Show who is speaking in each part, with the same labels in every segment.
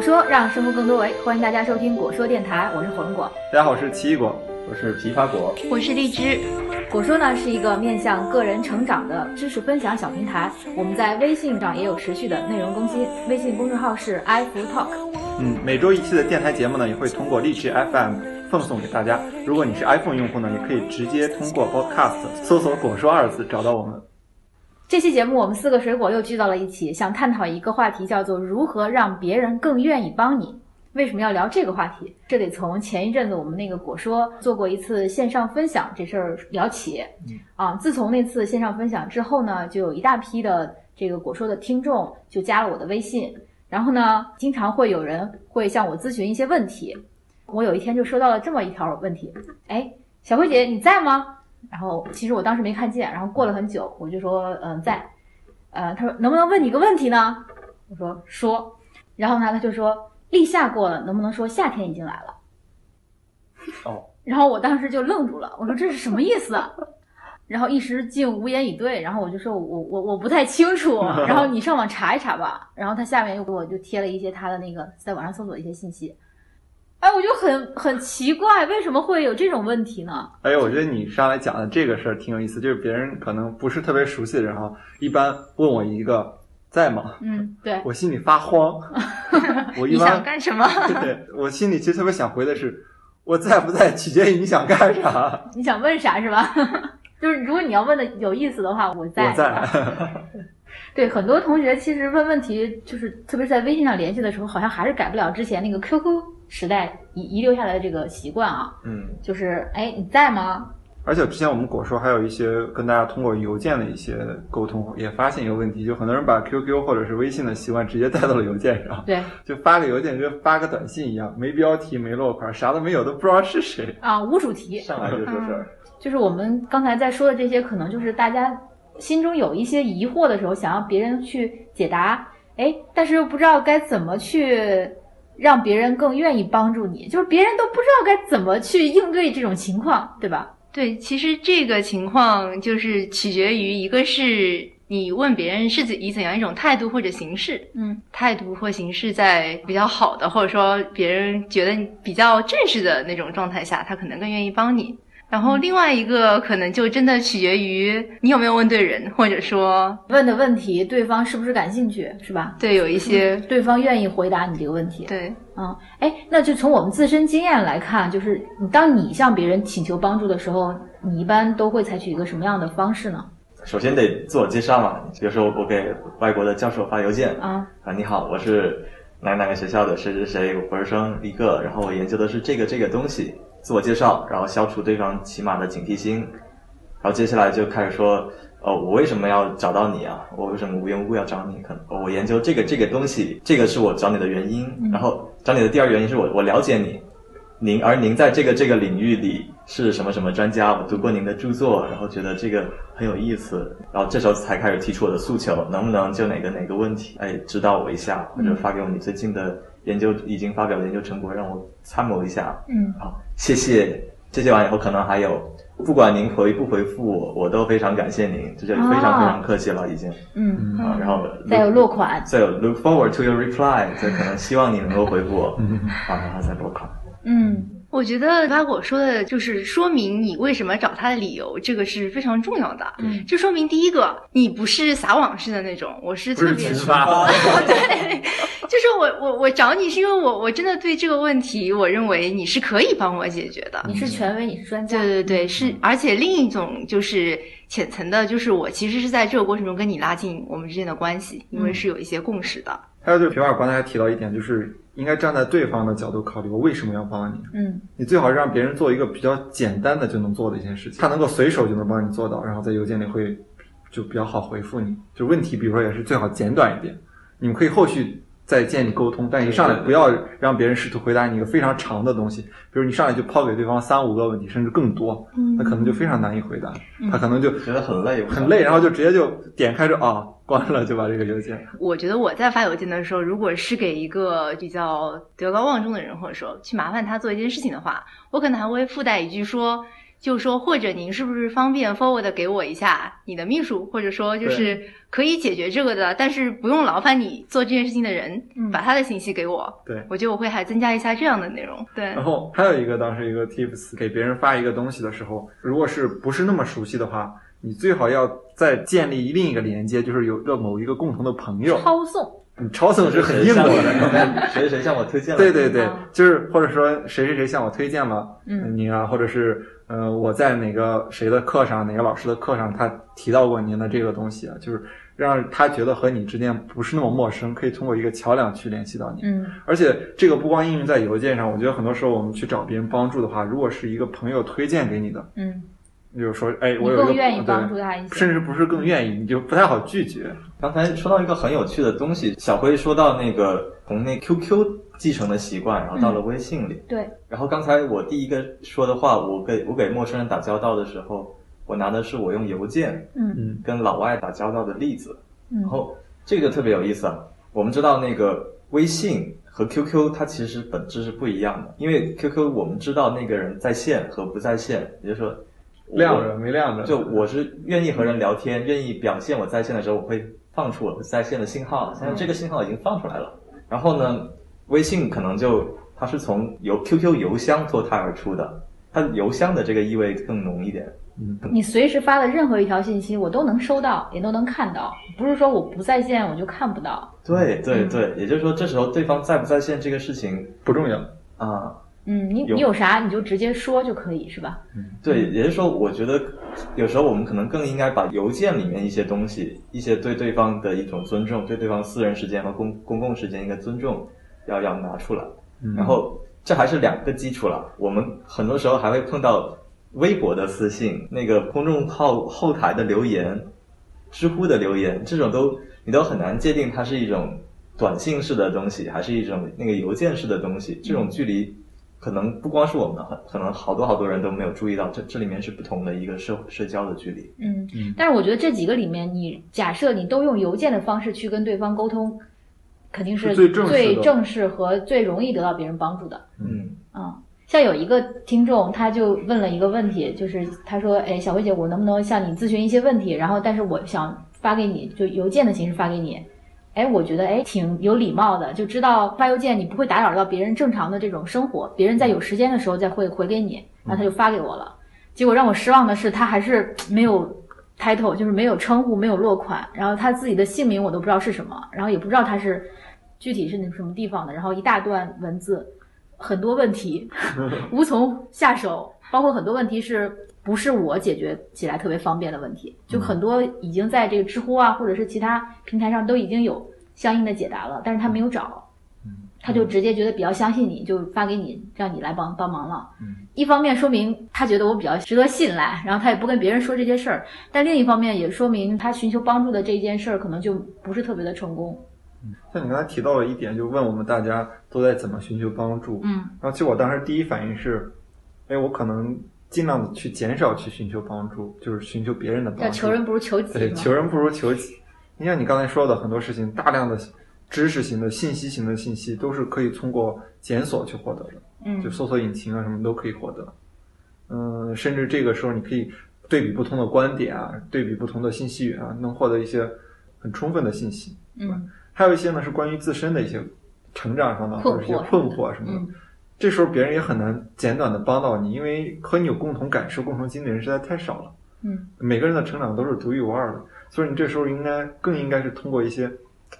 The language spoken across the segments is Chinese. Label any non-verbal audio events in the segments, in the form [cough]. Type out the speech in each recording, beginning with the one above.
Speaker 1: 说让生活更多维，欢迎大家收听果说电台，我是火龙果。
Speaker 2: 大家好，我是奇异果，我是枇杷果。
Speaker 3: 我是荔枝，
Speaker 1: 果说呢是一个面向个人成长的知识分享小平台，我们在微信上也有持续的内容更新，微信公众号是 i 福 talk。
Speaker 2: 嗯，每周一期的电台节目呢，也会通过荔枝 FM 奉送给大家。如果你是 iPhone 用户呢，也可以直接通过 Podcast 搜索“果说”二字找到我们。
Speaker 1: 这期节目我们四个水果又聚到了一起，想探讨一个话题，叫做如何让别人更愿意帮你。为什么要聊这个话题？这得从前一阵子我们那个果说做过一次线上分享这事儿聊起。啊，自从那次线上分享之后呢，就有一大批的这个果说的听众就加了我的微信，然后呢，经常会有人会向我咨询一些问题。我有一天就收到了这么一条问题，哎，小慧姐你在吗？然后其实我当时没看见，然后过了很久，我就说嗯、在，呃，他说能不能问你个问题呢？我说说，然后呢他就说立夏过了，能不能说夏天已经来了？
Speaker 2: 哦，
Speaker 1: 然后我当时就愣住了，我说这是什么意思啊？然后一时竟无言以对，然后我就说我我我不太清楚，然后你上网查一查吧。然后他下面又给我就贴了一些他的那个在网上搜索的一些信息，哎，我就很很奇怪，为什么会有这种问题呢？
Speaker 2: 哎呦，我觉得你上来讲的这个事儿挺有意思，就是别人可能不是特别熟悉的人哈，一般问我一个在吗，
Speaker 1: 嗯，对，
Speaker 2: 我心里发
Speaker 3: [laughs]
Speaker 2: 慌。我一
Speaker 3: 你想
Speaker 2: 般
Speaker 3: 干什么？
Speaker 2: [laughs] 对我心里其实特别想回的是，我在不在取决于你想干啥。
Speaker 1: [laughs] 你想问啥是吧？ [laughs] 就是如果你要问的有意思的话，我在。
Speaker 2: 我在。
Speaker 1: 对，很多同学其实问问题，就是特别是在微信上联系的时候，好像还是改不了之前那个 QQ 时代遗遗留下来的这个习惯啊，
Speaker 2: 嗯。
Speaker 1: 就是哎你在吗？
Speaker 2: 而且之前我们果说还有一些跟大家通过邮件的一些沟通，也发现一个问题，就很多人把 QQ 或者是微信的习惯直接带到了邮件上， [laughs]
Speaker 1: 对
Speaker 2: 就发个邮件跟发个短信一样，没标题、没落款，啥都没有，都不知道是谁。
Speaker 1: 啊，无主题，
Speaker 4: 上来就说事儿，
Speaker 1: 就是我们刚才在说的这些，可能就是大家心中有一些疑惑的时候，想要别人去解答，哎，但是又不知道该怎么去让别人更愿意帮助你，就是别人都不知道该怎么去应对这种情况，对吧？
Speaker 3: 对，其实这个情况就是取决于一个是你问别人是怎以怎样一种态度或者形式，
Speaker 1: 嗯，
Speaker 3: 态度或形式在比较好的，或者说别人觉得你比较正式的那种状态下，他可能更愿意帮你。然后另外一个可能就真的取决于你有没有问对人，或者说
Speaker 1: 问的问题对方是不是感兴趣，是吧？嗯
Speaker 3: 对有一些
Speaker 1: 对方愿意回答你这个问题，
Speaker 3: 对
Speaker 1: 嗯，哎，那就从我们自身经验来看，就是你当你向别人请求帮助的时候，你一般都会采取一个什么样的方式呢？
Speaker 4: 嗯首先得自我介绍嘛。比如说我给外国的教授发邮件
Speaker 1: 啊，
Speaker 4: 啊，你好，我是哪哪个学校的谁谁谁博士生一个，然后我研究的是这个这个东西，自我介绍，然后消除对方起码的警惕心，然后接下来就开始说，哦，我为什么要找到你啊？我为什么无缘无故要找你？可能、哦我研究这个这个东西，这个是我找你的原因，然后找你的第二个原因是我我了解你，您而您在这个这个领域里是什么什么专家？我读过您的著作，然后觉得这个很有意思，然后这时候才开始提出我的诉求，能不能就哪个哪个问题，哎，指导我一下，或者发给我你最近的研究已经发表的研究成果，让我参谋一下。
Speaker 1: 嗯，
Speaker 4: 好，谢谢。谢谢完以后，可能还有，不管您回不回复我，我都非常感谢您，这就非常非常客气了，已经。
Speaker 1: 嗯，
Speaker 2: 嗯
Speaker 4: 啊，然后
Speaker 1: 啊再有落款，
Speaker 4: 再有 look forward to your reply，这可能希望你能够回复我，啊，然后再拨款。
Speaker 1: 嗯
Speaker 3: 我觉得八果说的就是说明你为什么找他的理由，这个是非常重要的。
Speaker 1: 嗯
Speaker 3: 这说明第一个，你不是撒网式的那种，我是特别
Speaker 2: 不是群发
Speaker 3: 对，就是我我我找你是因为我我真的对这个问题，我认为你是可以帮我解决的。
Speaker 1: 你是权威，你是专家，
Speaker 3: 对对对，是，而且另一种就是浅层的，就是我其实是在这个过程中跟你拉近我们之间的关系，因为是有一些共识的。
Speaker 2: 还有就是平儿刚才还提到一点，就是应该站在对方的角度考虑，我为什么要帮你？
Speaker 1: 嗯
Speaker 2: 你最好让别人做一个比较简单的就能做的一件事情，他能够随手就能帮你做到，然后在邮件里会就比较好回复你。就问题，比如说也是最好简短一点，你们可以后续再建立沟通，但一上来不要让别人试图回答你一个非常长的东西，比如你上来就抛给对方三五个问题，甚至更多，
Speaker 3: 嗯
Speaker 2: 那可能就非常难以回答，他可能就
Speaker 4: 觉得很累，
Speaker 2: 很累，然后就直接就点开就啊关了，就把这个邮件。
Speaker 3: 我觉得我在发邮件的时候，如果是给一个比较德高望重的人，或者说去麻烦他做一件事情的话，我可能还会附带一句说，就说或者您是不是方便 forward 给我一下你的秘书，或者说就是可以解决这个的，但是不用劳烦你做这件事情的人，
Speaker 1: 嗯
Speaker 3: 把他的信息给我。
Speaker 2: 对
Speaker 3: 我觉得我会还增加一下这样的内容。对
Speaker 2: 然，后还有一个当时一个 tips，给别人发一个东西的时候，如果是不是那么熟悉的话，你最好要再建立另一个连接，就是有一个某一个共同的朋友。
Speaker 1: 抄送，
Speaker 2: 你抄送是很硬
Speaker 4: 果
Speaker 2: 果的。
Speaker 4: 的。谁谁向我推荐了？
Speaker 2: [laughs] 对对对
Speaker 1: 啊，
Speaker 2: 就是或者说谁谁谁向我推荐了
Speaker 1: 嗯
Speaker 2: 您啊，或者是呃我在哪个谁的课上，哪个老师的课上，他提到过您的这个东西啊，就是让他觉得和你之间不是那么陌生，可以通过一个桥梁去联系到你。
Speaker 1: 嗯
Speaker 2: 而且这个不光应用在邮件上，我觉得很多时候我们去找别人帮助的话，如果是一个朋友推荐给你的，
Speaker 1: 嗯，
Speaker 2: 你就是说，哎，
Speaker 1: 你
Speaker 2: 我有一个
Speaker 1: 更愿意帮助
Speaker 2: 对，
Speaker 1: 他一些，
Speaker 2: 甚至不是更愿意，你就不太好拒绝。
Speaker 4: 刚才说到一个很有趣的东西，小辉说到那个从那 QQ 继承的习惯，然后到了微信里。
Speaker 1: 对，
Speaker 4: 然后刚才我第一个说的话，我给我给陌生人打交道的时候，我拿的是我用邮件
Speaker 1: 嗯
Speaker 2: 嗯
Speaker 4: 跟老外打交道的例子。然
Speaker 1: 嗯
Speaker 4: 后这个就特别有意思啊。我们知道那个微信和 QQ 它其实本质是不一样的，因为 QQ 我们知道那个人在线和不在线，也就是说我
Speaker 2: 晾着没晾着，
Speaker 4: 就我是愿意和人聊天，愿意表现我在线的时候，我会放出我在线的信号。现在这个信号已经放出来了。然后呢，微信可能就它是从邮 QQ 邮箱脱胎而出的，它邮箱的这个意味更浓一点。
Speaker 1: 你随时发的任何一条信息，我都能收到，也都能看到，不是说我不在线我就看不到。
Speaker 4: 对对
Speaker 1: 嗯
Speaker 4: 对，也就是说，这时候对方在不在线这个事情
Speaker 2: 不重要。
Speaker 4: 啊、
Speaker 1: 嗯，你
Speaker 4: 有
Speaker 1: 你有啥你就直接说就可以，是吧？
Speaker 4: 对，也就是说，我觉得有时候我们可能更应该把邮件里面一些东西，一些对对方的一种尊重，对对方私人时间和公公共时间一个尊重，要要拿出来。
Speaker 2: 嗯
Speaker 4: 然后这还是两个基础了。我们很多时候还会碰到微博的私信、那个公众号后台的留言、知乎的留言，这种都你都很难界定它是一种短信式的东西，还是一种那个邮件式的东西。这种距离可能不光是我们，很可能好多好多人都没有注意到，这这里面是不同的一个社社交的距离。
Speaker 1: 嗯
Speaker 2: 嗯，
Speaker 1: 但是我觉得这几个里面，你假设你都用邮件的方式去跟对方沟通，肯定是
Speaker 2: 是最正式的
Speaker 1: 最正式和最容易得到别人帮助的。
Speaker 4: 嗯，
Speaker 1: 嗯，像有一个听众，他就问了一个问题，就是他说：“哎，小薇姐，我能不能向你咨询一些问题？然后，但是我想发给你，就邮件的形式发给你。”哎，我觉得哎挺有礼貌的，就知道发邮件你不会打扰到别人正常的这种生活，别人在有时间的时候再会回给你。然后他就发给我了，结果让我失望的是，他还是没有 title，就是没有称呼，没有落款，然后他自己的姓名我都不知道是什么，然后也不知道他是具体是什么地方的，然后一大段文字，很多问
Speaker 2: [laughs]
Speaker 1: 题无从下手，包括很多问题是不是我解决起来特别方便的问题，就很多已经在这个知乎啊或者是其他平台上都已经有相应的解答了，但是他没有找。他就直接觉得比较相信你，就发给你，让你来帮帮忙了。
Speaker 2: 嗯，
Speaker 1: 一方面说明他觉得我比较值得信赖，然后他也不跟别人说这些事儿；但另一方面也说明他寻求帮助的这件事儿可能就不是特别的成功。
Speaker 2: 像你刚才提到了一点，就问我们大家都在怎么寻求帮助。
Speaker 1: 嗯，
Speaker 2: 然后其实我当时第一反应是，哎，我可能尽量的去减少去寻求帮助，就是寻求别人的帮
Speaker 1: 叫
Speaker 2: 助。
Speaker 1: 求人不如求己
Speaker 2: 对，
Speaker 1: 嘛。
Speaker 2: 哎求人不如求己。你像你刚才说的很多事情，大量的知识型的、信息型的信息都是可以通过检索去获得的，
Speaker 1: 嗯
Speaker 2: 就搜索引擎啊什么都可以获得。嗯，甚至这个时候你可以对比不同的观点啊，对比不同的信息源啊，能获得一些很充分的信息。
Speaker 1: 嗯
Speaker 2: 还有一些呢是关于自身的一些成长上的
Speaker 1: 困惑
Speaker 2: 或者一些困惑什么的。
Speaker 1: 嗯
Speaker 2: 这时候别人也很难简短的帮到你，因为和你有共同感受、共同经历的人实在太少了。
Speaker 1: 嗯
Speaker 2: 每个人的成长都是独一无二的，所以你这时候应该更应该是通过一些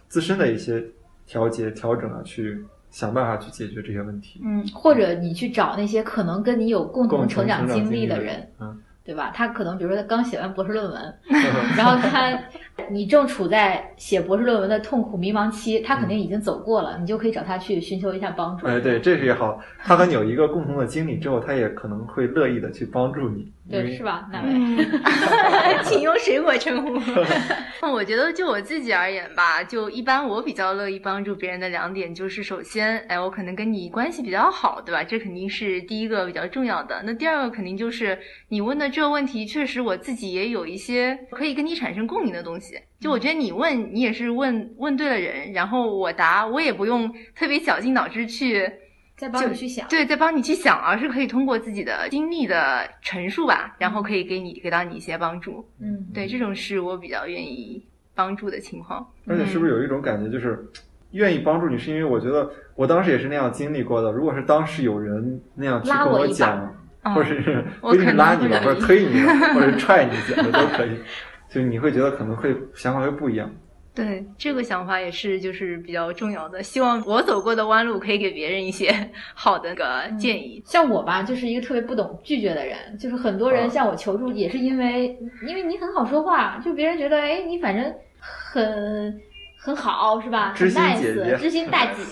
Speaker 2: 自身的一些调节、调整啊，去想办法去解决这些问题。
Speaker 1: 嗯，或者你去找那些可能跟你有共同
Speaker 2: 共同
Speaker 1: 成长
Speaker 2: 成长
Speaker 1: 经
Speaker 2: 经
Speaker 1: 历
Speaker 2: 历
Speaker 1: 的
Speaker 2: 的
Speaker 1: 人，
Speaker 2: 嗯
Speaker 1: 对吧？他可能比如说他刚写完博士论文，然后 [laughs] 他你正处在写博士论文的痛苦迷茫期，他肯定已经走过了，你就可以找他去寻求一下帮助。
Speaker 2: [laughs] 哎，对，这是也好。他和你有一个共同的经历之后，他也可能会乐意的去帮助你，因
Speaker 1: 对，
Speaker 2: 为
Speaker 1: 是吧？哪位？
Speaker 3: 嗯，请用水果称呼。 [laughs] 那嗯我觉得就我自己而言吧，就一般我比较乐意帮助别人的两点，就是首先，哎，我可能跟你关系比较好，对吧？这肯定是第一个比较重要的。那第二个肯定就是你问的这个问题，确实我自己也有一些可以跟你产生共鸣的东西。就我觉得你问，你也是问问对了人，然后我答，我也不用特别绞尽脑汁去。
Speaker 1: 再帮你去想。
Speaker 3: 对，在帮你去想，啊而是可以通过自己的经历的陈述吧，然后可以给你给到你一些帮助。
Speaker 1: 嗯，
Speaker 3: 对，这种是我比较愿意帮助的情况。
Speaker 2: 而且是不是有一种感觉，就是愿意帮助你，是因为我觉得我当时也是那样经历过的。如果是当时有人那样去
Speaker 1: 拉
Speaker 2: 跟
Speaker 1: 我一把
Speaker 2: 讲， [laughs]
Speaker 3: 嗯
Speaker 2: 或者是
Speaker 3: 我
Speaker 2: 不一定
Speaker 3: 可
Speaker 2: 是拉
Speaker 3: 能
Speaker 2: 你吧，或
Speaker 3: 会
Speaker 2: 者
Speaker 3: 忍
Speaker 2: 推你吧，或者踹你一脚的都可以，就是你会觉得可能会想法会不一样。
Speaker 3: 对，这个想法也是就是比较重要的。希望我走过的弯路可以给别人一些好的那个建议。
Speaker 1: 像我吧，就是一个特别不懂拒绝的人，就是很多人
Speaker 2: 啊
Speaker 1: 向我求助，也是因为因为你很好说话，就别人觉得哎，你反正很很好是吧？
Speaker 2: 知
Speaker 1: 很
Speaker 2: 心姐
Speaker 1: nice，
Speaker 2: 姐
Speaker 1: 知心
Speaker 2: [laughs]
Speaker 1: 大姐，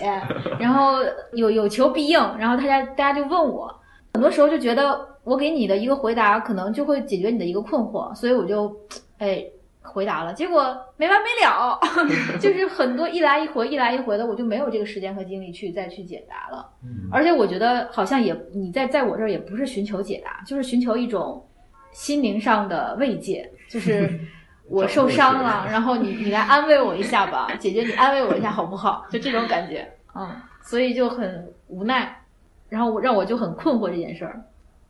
Speaker 1: 然后有有求必应，然后大家大家就问我，很多时候就觉得我给你的一个回答，可能就会解决你的一个困惑，所以我就哎回答了，结果没完没了， [laughs] 就是很多一来一回一来一回的，我就没有这个时间和精力去再去解答了。而且我觉得好像也你在在我这儿也不是寻求解答，就是寻求一种心灵上的慰藉，就是我受伤了，然后你你来安慰我一下吧，姐姐你安慰我一下好不好？就这种感觉，嗯，所以就很无奈，然后我让我就很困惑这件事儿。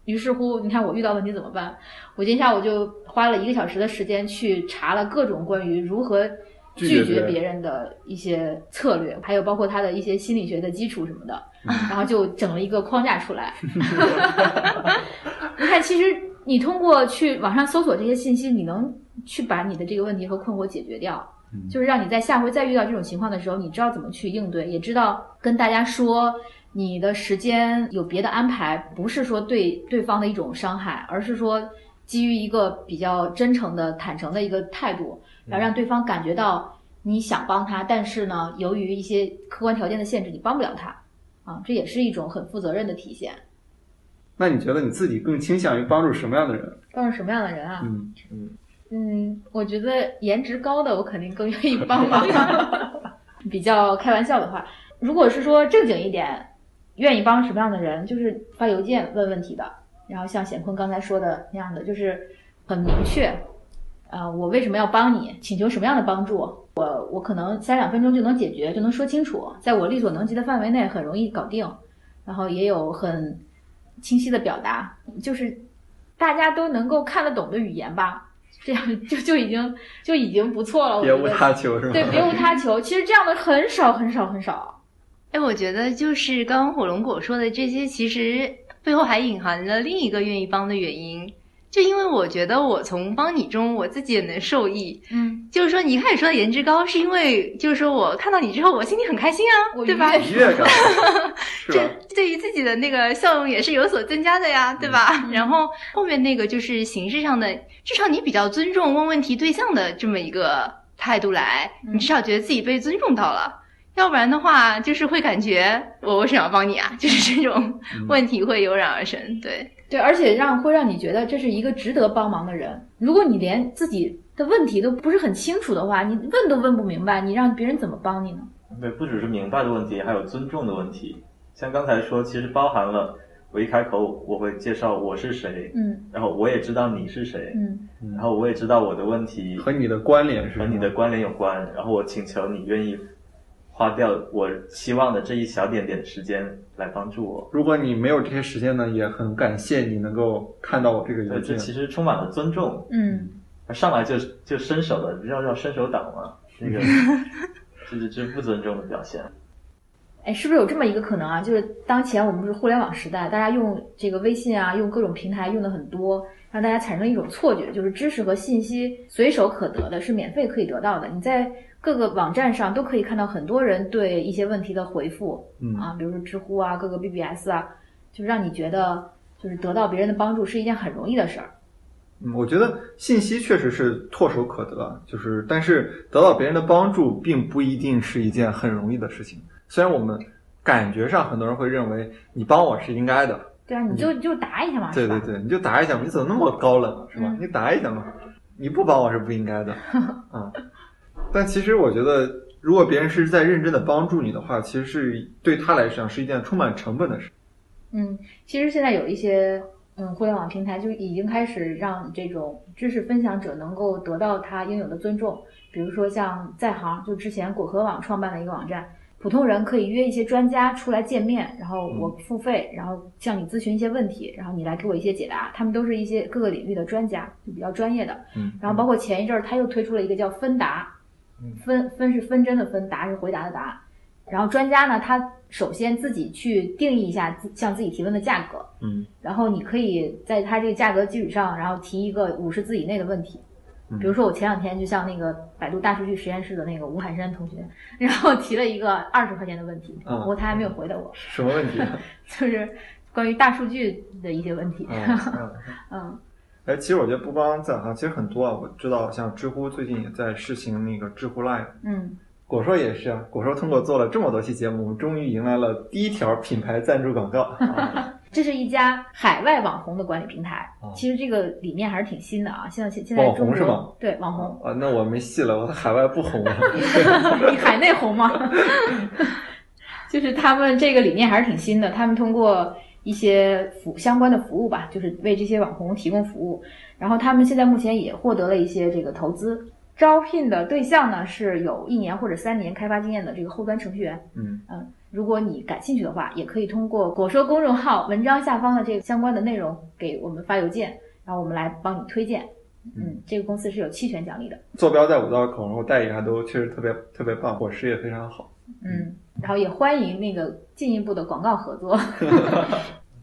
Speaker 1: 于是乎，你看我遇到问题怎么办？我今天下午就花了一个小时的时间去查了各种关于如何
Speaker 2: 拒
Speaker 1: 拒
Speaker 2: 绝别
Speaker 1: 绝
Speaker 2: 人
Speaker 1: 别人的一些策略，还有包括他的一些心理学的基础什么的。
Speaker 2: 嗯
Speaker 1: 然后就整了一个框架出
Speaker 2: [laughs]
Speaker 1: 来。你看，其实你通过去网上搜索这些信息，你能去把你的这个问题和困惑解决掉，
Speaker 2: 嗯
Speaker 1: 就是让你在下回再遇到这种情况的时候，你知道怎么去应对，也知道跟大家说。你的时间有别的安排，不是说对对方的一种伤害，而是说基于一个比较真诚的、坦诚的一个态度，然后让对方感觉到你想帮他，但是呢，由于一些客观条件的限制，你帮不了他。啊，这也是一种很负责任的体现。
Speaker 2: 那你觉得你自己更倾向于帮助什么样的人？
Speaker 1: 帮助什么样的人啊？
Speaker 2: 嗯，
Speaker 1: 嗯，我觉得颜值高的我肯定更愿意帮忙。比较开玩笑的话，如果是说正经一点，愿意帮什么样的人，就是发邮件问问题的。然后像显坤刚才说的那样的，就是很明确，啊、我为什么要帮你，请求什么样的帮助，我我可能三两分钟就能解决，就能说清楚，在我力所能及的范围内，很容易搞定。然后也有很清晰的表达，就是大家都能够看得懂的语言吧，这样就就已经就已经不错了。
Speaker 4: 嗯
Speaker 1: 我
Speaker 2: 别
Speaker 1: 觉
Speaker 2: 无
Speaker 1: 得
Speaker 2: 他求是吗？
Speaker 1: [laughs] 对，别无他求。其实这样的很少很少很少。
Speaker 3: 哎，我觉得就是刚刚火龙果说的这些，其实背后还隐含了另一个愿意帮的原因。就因为我觉得我从帮你中，我自己也能受益。
Speaker 1: 嗯，
Speaker 3: 就是说，你一开始说的颜值高，是因为就是说我看到你之后，我心里很开心啊，
Speaker 1: 我
Speaker 3: 对吧？
Speaker 1: 愉悦
Speaker 2: 愉悦感是吧？
Speaker 3: 这对于自己的那个效用也是有所增加的呀，对吧？
Speaker 2: 嗯
Speaker 3: [laughs] 然后后面那个就是形式上的，至少你比较尊重问问题对象的这么一个态度来，
Speaker 1: 嗯
Speaker 3: 你至少觉得自己被尊重到了。要不然的话，就是会感觉我为什么要帮你啊？ [laughs] 就是这种
Speaker 2: 嗯
Speaker 3: 问题会油然而生。对，
Speaker 1: 对，而且让会让你觉得这是一个值得帮忙的人。如果你连自己的问题都不是很清楚的话，你问都问不明白，你让别人怎么帮你呢？
Speaker 4: 嗯对，不只是明白的问题，还有尊重的问题。像刚才说，其实包含了我一开口我会介绍我是谁，
Speaker 1: 嗯
Speaker 4: 然后我也知道你是谁，
Speaker 1: 嗯
Speaker 4: 然后我也知道我的问题
Speaker 2: 和你的关联是
Speaker 4: 和
Speaker 2: 什
Speaker 4: 你
Speaker 2: 么
Speaker 4: 的关联有关，然后我请求你愿意花掉我期望的这一小点点时间来帮助我。
Speaker 2: 如果你没有这些时间呢，也很感谢你能够看到我这个邮
Speaker 4: 对，呃这
Speaker 2: 件。
Speaker 4: 其实充满了尊重，
Speaker 1: 嗯，
Speaker 4: 上来就就伸手了，你知道叫伸手党
Speaker 2: [laughs]
Speaker 4: 吗？这个这是这是不尊重的表现。
Speaker 1: 哎，是不是有这么一个可能啊？就是当前我们不是互联网时代，大家用这个微信啊，用各种平台用的很多，让大家产生一种错觉，就是知识和信息随手可得的，是免费可以得到的。你在各个网站上都可以看到很多人对一些问题的回复
Speaker 2: 嗯
Speaker 1: 啊，比如说知乎啊，各个 BBS 啊，就让你觉得就是得到别人的帮助是一件很容易的事儿。
Speaker 2: 嗯，我觉得信息确实是唾手可得，啊就是但是得到别人的帮助，并不一定是一件很容易的事情。虽然我们感觉上很多人会认为你帮我是应该的，
Speaker 1: 对啊，你就就答一下嘛，
Speaker 2: 对
Speaker 1: 是吧
Speaker 2: 嗯对？对，你就打一下嘛，你怎么那么高冷啊是吧
Speaker 1: 嗯？
Speaker 2: 你打一下嘛，你不帮我是不应
Speaker 1: [laughs]
Speaker 2: 该的啊、但其实我觉得，如果别人是在认真的帮助你的话，其实是对他来讲是一件充满成本的事。
Speaker 1: 嗯，其实现在有一些嗯互联网平台就已经开始让这种知识分享者能够得到他应有的尊重，比如说像在行，就之前果壳网创办的一个网站，普通人可以约一些专家出来见面，然后
Speaker 2: 嗯
Speaker 1: 我付费，然后向你咨询一些问题，然后你来给我一些解答。他们都是一些各个领域的专家，就比较专业的。
Speaker 2: 嗯，
Speaker 1: 然后包括前一阵儿他又推出了一个叫芬达
Speaker 2: 嗯，
Speaker 1: 芬芬是纷争的芬，答是回答的答。然后专家呢，他首先自己去定义一下自向自己提问的价格，
Speaker 2: 嗯，
Speaker 1: 然后你可以在他这个价格基础上，然后提一个五十字以内的问题。
Speaker 2: 嗯
Speaker 1: 比如说，我前两天就向那个百度大数据实验室的那个吴汉山同学， [laughs] 然后提了一个二十块钱的问题，
Speaker 2: 嗯
Speaker 1: 不过他还没有回答我，
Speaker 2: 什么问题？啊
Speaker 1: [laughs] 就是关于大数据的一些问题。
Speaker 2: 嗯嗯
Speaker 1: 嗯
Speaker 2: 哎，其实我觉得不光在行，其实很多啊。我知道，像知乎最近也在试行那个知乎 Live，
Speaker 1: 嗯
Speaker 2: 果说也是啊。果说通过做了这么多期节目，我们终于迎来了第一条品牌赞助广
Speaker 3: [laughs]
Speaker 2: 告。
Speaker 1: 这是一家海外网红的管理平台
Speaker 2: 哦，
Speaker 1: 其实这个理念还是挺新的啊。现在现在
Speaker 2: 网红
Speaker 1: 中
Speaker 2: 是吗
Speaker 1: 国对网红，
Speaker 2: 啊，那我没戏了，我在海外不红了。 [laughs]
Speaker 1: 你海内红吗？就是他们这个理念还是挺新的，他们通过一些服相关的服务吧，就是为这些网红提供服务。然后他们现在目前也获得了一些这个投资，招聘的对象呢是有一年或者三年开发经验的这个后端程序员。
Speaker 2: 嗯
Speaker 1: 嗯，如果你感兴趣的话，也可以通过果说公众号文章下方的这个相关的内容给我们发邮件，然后我们来帮你推荐。嗯，这个公司是有期权奖励的。
Speaker 2: 坐标在五道口，然后待遇还都确实特别特别棒，伙食也非常好。
Speaker 1: 嗯，然后也欢迎那个进一步的广告合作。 [laughs]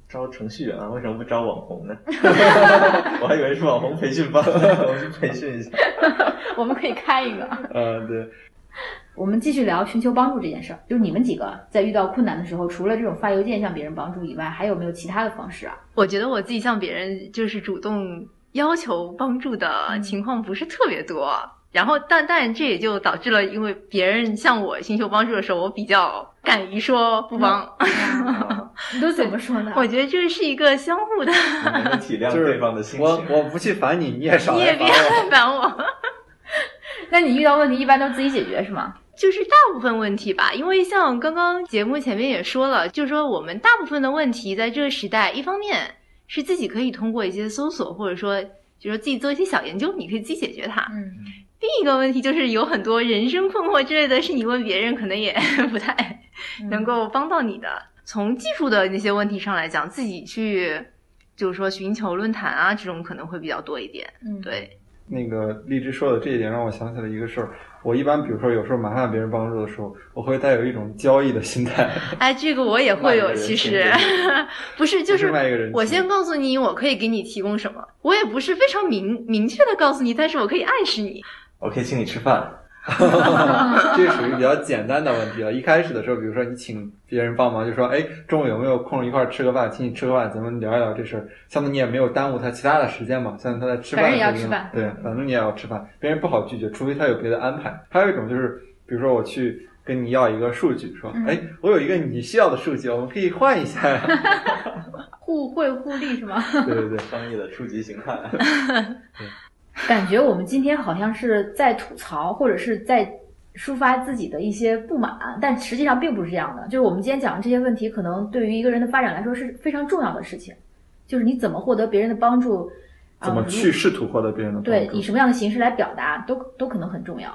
Speaker 4: 招程序员啊，为什么不招
Speaker 2: [laughs]
Speaker 4: 网红呢？我还以为是网红培训班， [laughs] 我去培
Speaker 2: [laughs]
Speaker 4: 训一下。
Speaker 1: 我们可以开一个。 [laughs]
Speaker 2: 呃，对，
Speaker 1: 我们继续聊寻求帮助这件事儿，就是你们几个在遇到困难的时候，除了这种发邮件向别人帮助以外，还有没有其他的方式 [laughs] 啊？
Speaker 3: 我觉得我自己向别人就是主动要求帮助
Speaker 2: 嗯
Speaker 3: 的情况不是特别多，然后但但这也就导致了，因为别人向我寻求帮助的时候，我比较敢于说不帮。
Speaker 2: 嗯
Speaker 4: 啊
Speaker 1: 你都怎么说呢？
Speaker 3: 我觉得这是一个相互的，
Speaker 4: 你能体谅
Speaker 2: 就是
Speaker 4: 对方的心
Speaker 2: 我
Speaker 4: 情。
Speaker 2: 我不去烦你，你也少
Speaker 3: 你也
Speaker 2: 来
Speaker 3: 别
Speaker 2: 烦我。 [laughs]
Speaker 3: [laughs] 烦我。
Speaker 1: 那你遇到问题一般都自己解决是吗？
Speaker 3: 就是大部分问题吧，因为像刚刚节目前面也说了，就是说我们大部分的问题在这个时代，一方面是自己可以通过一些搜索，或者说就是说自己做一些小研究，你可以自己解决它。
Speaker 1: 嗯，
Speaker 3: 另一个问题就是有很多人生困惑之类的，是你问别人可能也 [laughs] 不太
Speaker 1: 嗯
Speaker 3: 能够帮到你的。从技术的那些问题上来讲，自己去就是说寻求论坛啊这种可能会比较多一点。
Speaker 1: 嗯，
Speaker 2: [laughs]
Speaker 3: 对，
Speaker 2: 那个荔枝说的这一点让我想起了一个事儿。我一般比如说有时候麻烦别人帮助的时候，我会带有一种交易的心态，
Speaker 3: 哎，这个我也会有，其实 [laughs] 不是，就
Speaker 2: 不
Speaker 3: 是
Speaker 2: 是卖一个人情。
Speaker 3: 我先告诉你，我可以给你提供什么，我也不是非常明明确的告诉你，但是我可以暗示你。
Speaker 4: 我可以请你吃饭，
Speaker 2: [laughs] 这属于比较简单的问题了。一开始的时候，比如说你请别人帮忙，就说：“哎，中午有没有空一块儿吃个饭？请你吃个饭，咱们聊一聊这事儿。”相当于你也没有耽误他其他的时间嘛，相当于他在吃饭的
Speaker 1: 反正
Speaker 2: 时候，
Speaker 1: 也要吃饭
Speaker 2: 对，反正你也要吃饭，别人不好拒绝，除非他有别的安排。还有一种就是，比如说我去跟你要一个数据，说：“
Speaker 1: 嗯
Speaker 2: 哎，我有一个你需要的数据，我们可以换一下呀。
Speaker 1: 互惠互利是 [laughs] 吗？”
Speaker 2: 对对对，
Speaker 4: 商业的初级形态。
Speaker 1: 感觉我们今天好像是在吐槽，或者是在抒发自己的一些不满，但实际上并不是这样的。就是我们今天讲的这些问题，可能对于一个人的发展来说是非常重要的事情，就是你怎么获得别人的帮助，啊
Speaker 2: 怎么
Speaker 1: 如
Speaker 2: 去试图获得别人的帮助？
Speaker 1: 对，以什么样的形式来表达，都都可能很重要。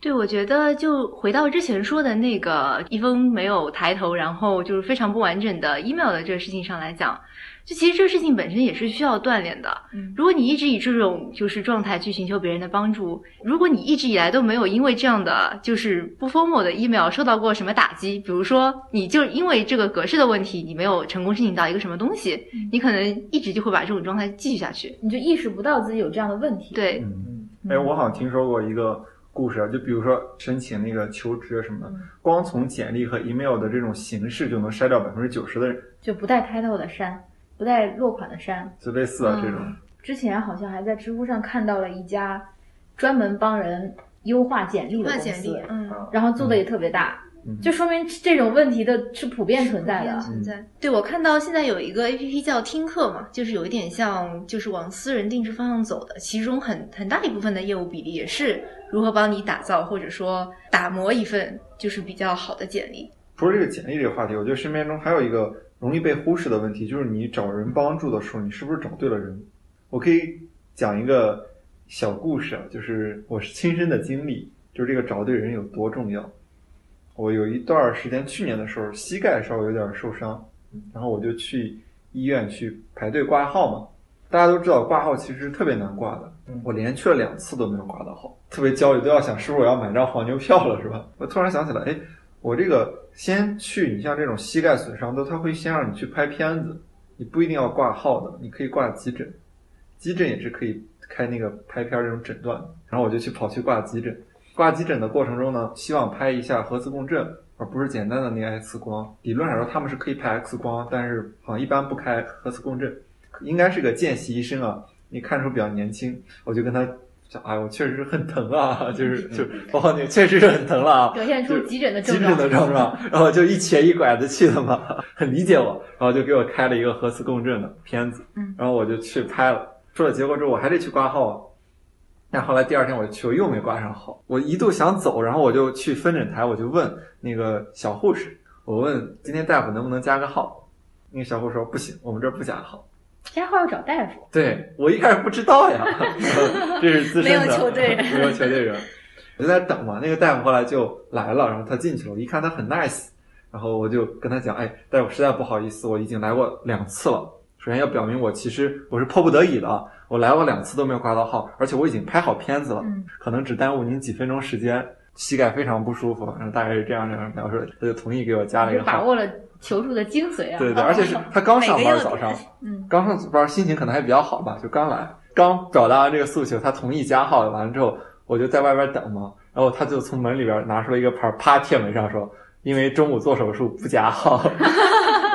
Speaker 3: 对，我觉得就回到之前说的那个一封没有抬头，然后就是非常不完整的 email 的这个事情上来讲，就其实这个事情本身也是需要锻炼的。
Speaker 1: 嗯
Speaker 3: 如果你一直以这种就是状态去寻求别人的帮助，如果你一直以来都没有因为这样的就是不 formal 的 email 受到过什么打击，比如说你就因为这个格式的问题，你没有成功申请到一个什么东西，你可能一直就会把这种状态继续下去。
Speaker 1: 你就意识不到自己有这样的问题。，
Speaker 3: 对，
Speaker 2: 嗯，哎，我好像听说过一个故事，啊就比如说申请那个求职什么的，光从简历和 email 的这种形式就能筛掉百分之九十的人，
Speaker 1: 就不带 title 的删，不带落款的删。
Speaker 2: 就类似啊这种。
Speaker 1: 之前好像还在知乎上看到了一家专门帮人优化简历的啊公司，
Speaker 3: 嗯
Speaker 1: 然后做的也特别大，
Speaker 2: 嗯
Speaker 1: 就说明这种问题的是普遍存在的。
Speaker 2: 存
Speaker 3: 在。嗯对，我看到现在有一个 A P P 叫听课嘛，就是有一点像，就是往私人定制方向走的。其中很很大一部分的业务比例也是如何帮你打造或者说打磨一份就是比较好的简历。
Speaker 2: 除了这个简历这个话题，我觉得身边中还有一个容易被忽视的问题，就是你找人帮助的时候，你是不是找对了人？我可以讲一个小故事啊，就是我是亲身的经历，就是这个找对人有多重要。我有一段时间，去年的时候膝盖稍微有点受伤，然后我就去医院去排队挂号嘛。大家都知道挂号其实特别难挂的，
Speaker 4: 嗯
Speaker 2: 我连去了两次都没有挂到号，特别焦虑，都要想是不是我要买张黄牛票了，是吧？我突然想起来，哎，我这个先去，你像这种膝盖损伤都，他会先让你去拍片子，你不一定要挂号的，你可以挂急诊，急诊也是可以开那个拍片儿这种诊断。然后我就去跑去挂急诊，挂急诊的过程中呢，希望拍一下核磁共振，而不是简单的那个 X 光。理论上说他们是可以拍 X 光，但是好像一般不开核磁共振。应该是个见习医生啊，你看出比较年轻，我就跟他讲，哎，我确实很疼啊， [laughs] 就是就包括你确实是很疼了啊，
Speaker 1: 表现出急诊的
Speaker 2: 急
Speaker 1: 症状。
Speaker 2: 诊的症状，然后就一瘸一拐的去的嘛，很理解我，然后就给我开了一个核磁共振的片子
Speaker 1: 嗯，
Speaker 2: 然后我就去拍了，出了结果之后我还得去挂号啊，但后来第二天我去，我又没挂上号，我一度想走，然后我就去分诊台，我就问那个小护士，我问今天大夫能不能加个号，那个小护士说不行，我们这儿不加号。
Speaker 1: 加号要找大夫，
Speaker 2: 对我一开始不知道呀，这是资深的，
Speaker 3: 没有球队 [laughs] 人
Speaker 2: [laughs] 没有球队人，我就在等嘛。那个大夫后来就来了，然后他进去了，我一看他很 nice，然后我就跟他讲，哎，大夫实在不好意思，我已经来过两次了。首先要表明我其实我是迫不得已的啊，我来过两次都没有挂到号，而且我已经拍好片子了，
Speaker 1: 嗯，
Speaker 2: 可能只耽误您几分钟时间，膝盖非常不舒服，然后大概是这样这样描述的，他就同意给我加了一
Speaker 1: 就
Speaker 2: 个
Speaker 1: 把
Speaker 2: 号。
Speaker 1: 握了求助的精髓啊。
Speaker 2: 对对，而且是他刚上
Speaker 3: 每个
Speaker 2: 班
Speaker 3: 要
Speaker 2: 早上，
Speaker 1: 嗯，
Speaker 2: 刚上班心情可能还比较好吧，就刚来，刚表达完这个诉求，他同意加号，完了之后我就在外边等嘛，然后他就从门里边拿出了一个牌，啪贴门上说，因为中午做手术不加号，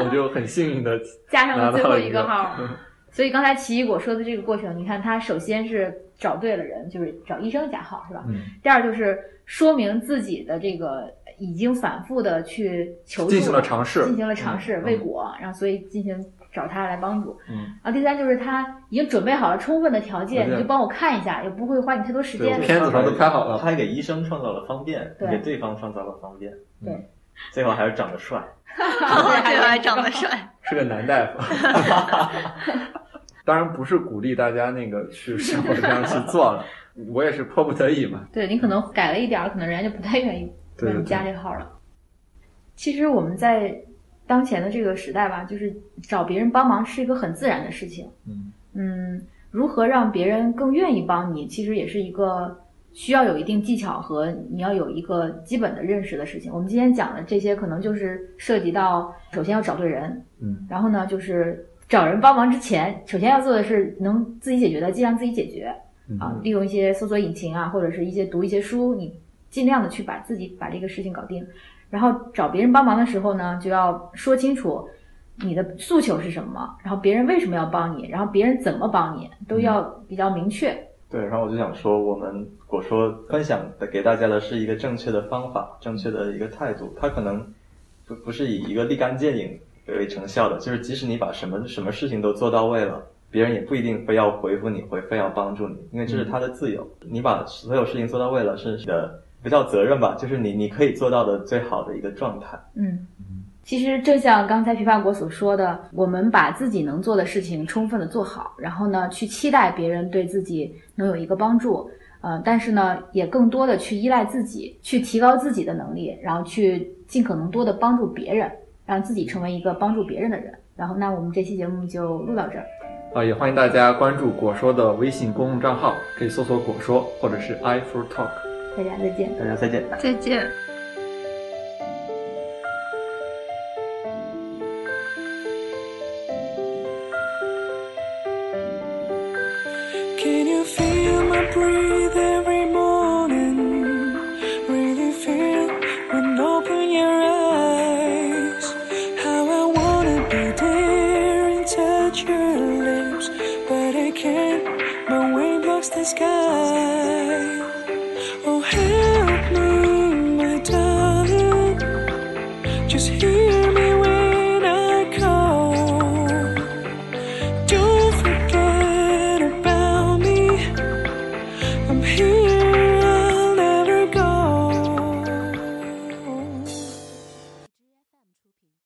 Speaker 2: 我就很幸运的
Speaker 1: [laughs] 加上了最后一个
Speaker 2: [laughs] 拿
Speaker 1: 号。所以刚才奇异果说的这个过程，你看他首先是找对了人，就是找医生加号，是吧？
Speaker 2: 嗯
Speaker 1: 第二就是说明自己的这个已经反复的去求助，
Speaker 2: 进行了尝试，
Speaker 1: 进行了尝试
Speaker 2: 嗯
Speaker 1: 未果，然后所以进行找他来帮助。
Speaker 2: 嗯，
Speaker 1: 然后第三就是他已经准备好了充分的条件，
Speaker 2: 条件
Speaker 1: 你就帮我看一下，也不会花你太多时
Speaker 2: 对
Speaker 1: 间
Speaker 2: 我。片子上都拍好了
Speaker 4: 他还给医生创造了方便，
Speaker 1: 对
Speaker 4: 给对方创造了方便，
Speaker 1: 对
Speaker 4: 嗯，最后还是长得帅，
Speaker 3: 对，还长 [laughs] 得帅，
Speaker 2: 是个男大夫。 [laughs] 当然不是鼓励大家那个去像我这样去做了，我也是迫不得已嘛。
Speaker 1: 对你可能改了一点儿，可能人家就不太愿意
Speaker 2: [laughs] 对
Speaker 1: 让
Speaker 2: 对
Speaker 1: 你加
Speaker 2: 对，
Speaker 1: 这号了。其实我们在当前的这个时代吧，就是找别人帮忙是一个很自然的事情。
Speaker 2: 嗯
Speaker 1: 嗯，如何让别人更愿意帮你，其实也是一个需要有一定技巧和你要有一个基本的认识的事情。我们今天讲的这些，可能就是涉及到首先要找对人，
Speaker 2: 嗯，
Speaker 1: 然后呢就是找人帮忙之前，首先要做的是能自己解决的尽量自己解决，
Speaker 2: 嗯
Speaker 1: 啊，利用一些搜索引擎啊，或者是一些读一些书，你尽量的去把自己把这个事情搞定。然后找别人帮忙的时候呢，就要说清楚你的诉求是什么，然后别人为什么要帮你，然后别人怎么帮你，都要比较明确。
Speaker 4: 对，然后我就想说，我们我说分享的给大家的是一个正确的方法，正确的一个态度，它可能不不是以一个立竿见影为成效的，就是即使你把什么什么事情都做到位了，别人也不一定非要回复你，回非要帮助你，因为这是他的自由。你把所有事情做到位了，是你的不叫责任吧，就是你你可以做到的最好的一个状态。
Speaker 1: 嗯，其实正像刚才枇杷果所说的，我们把自己能做的事情充分的做好，然后呢，去期待别人对自己能有一个帮助，呃，但是呢，也更多的去依赖自己，去提高自己的能力，然后去尽可能多的帮助别人，让自己成为一个帮助别人的人。然后，那我们这期节目就录到这儿。
Speaker 2: 啊，也欢迎大家关注果说的微信公众账号，可以搜索“果说”或者是 “i for talk”。
Speaker 1: 大家再见。
Speaker 4: 大家再见。
Speaker 3: 再见。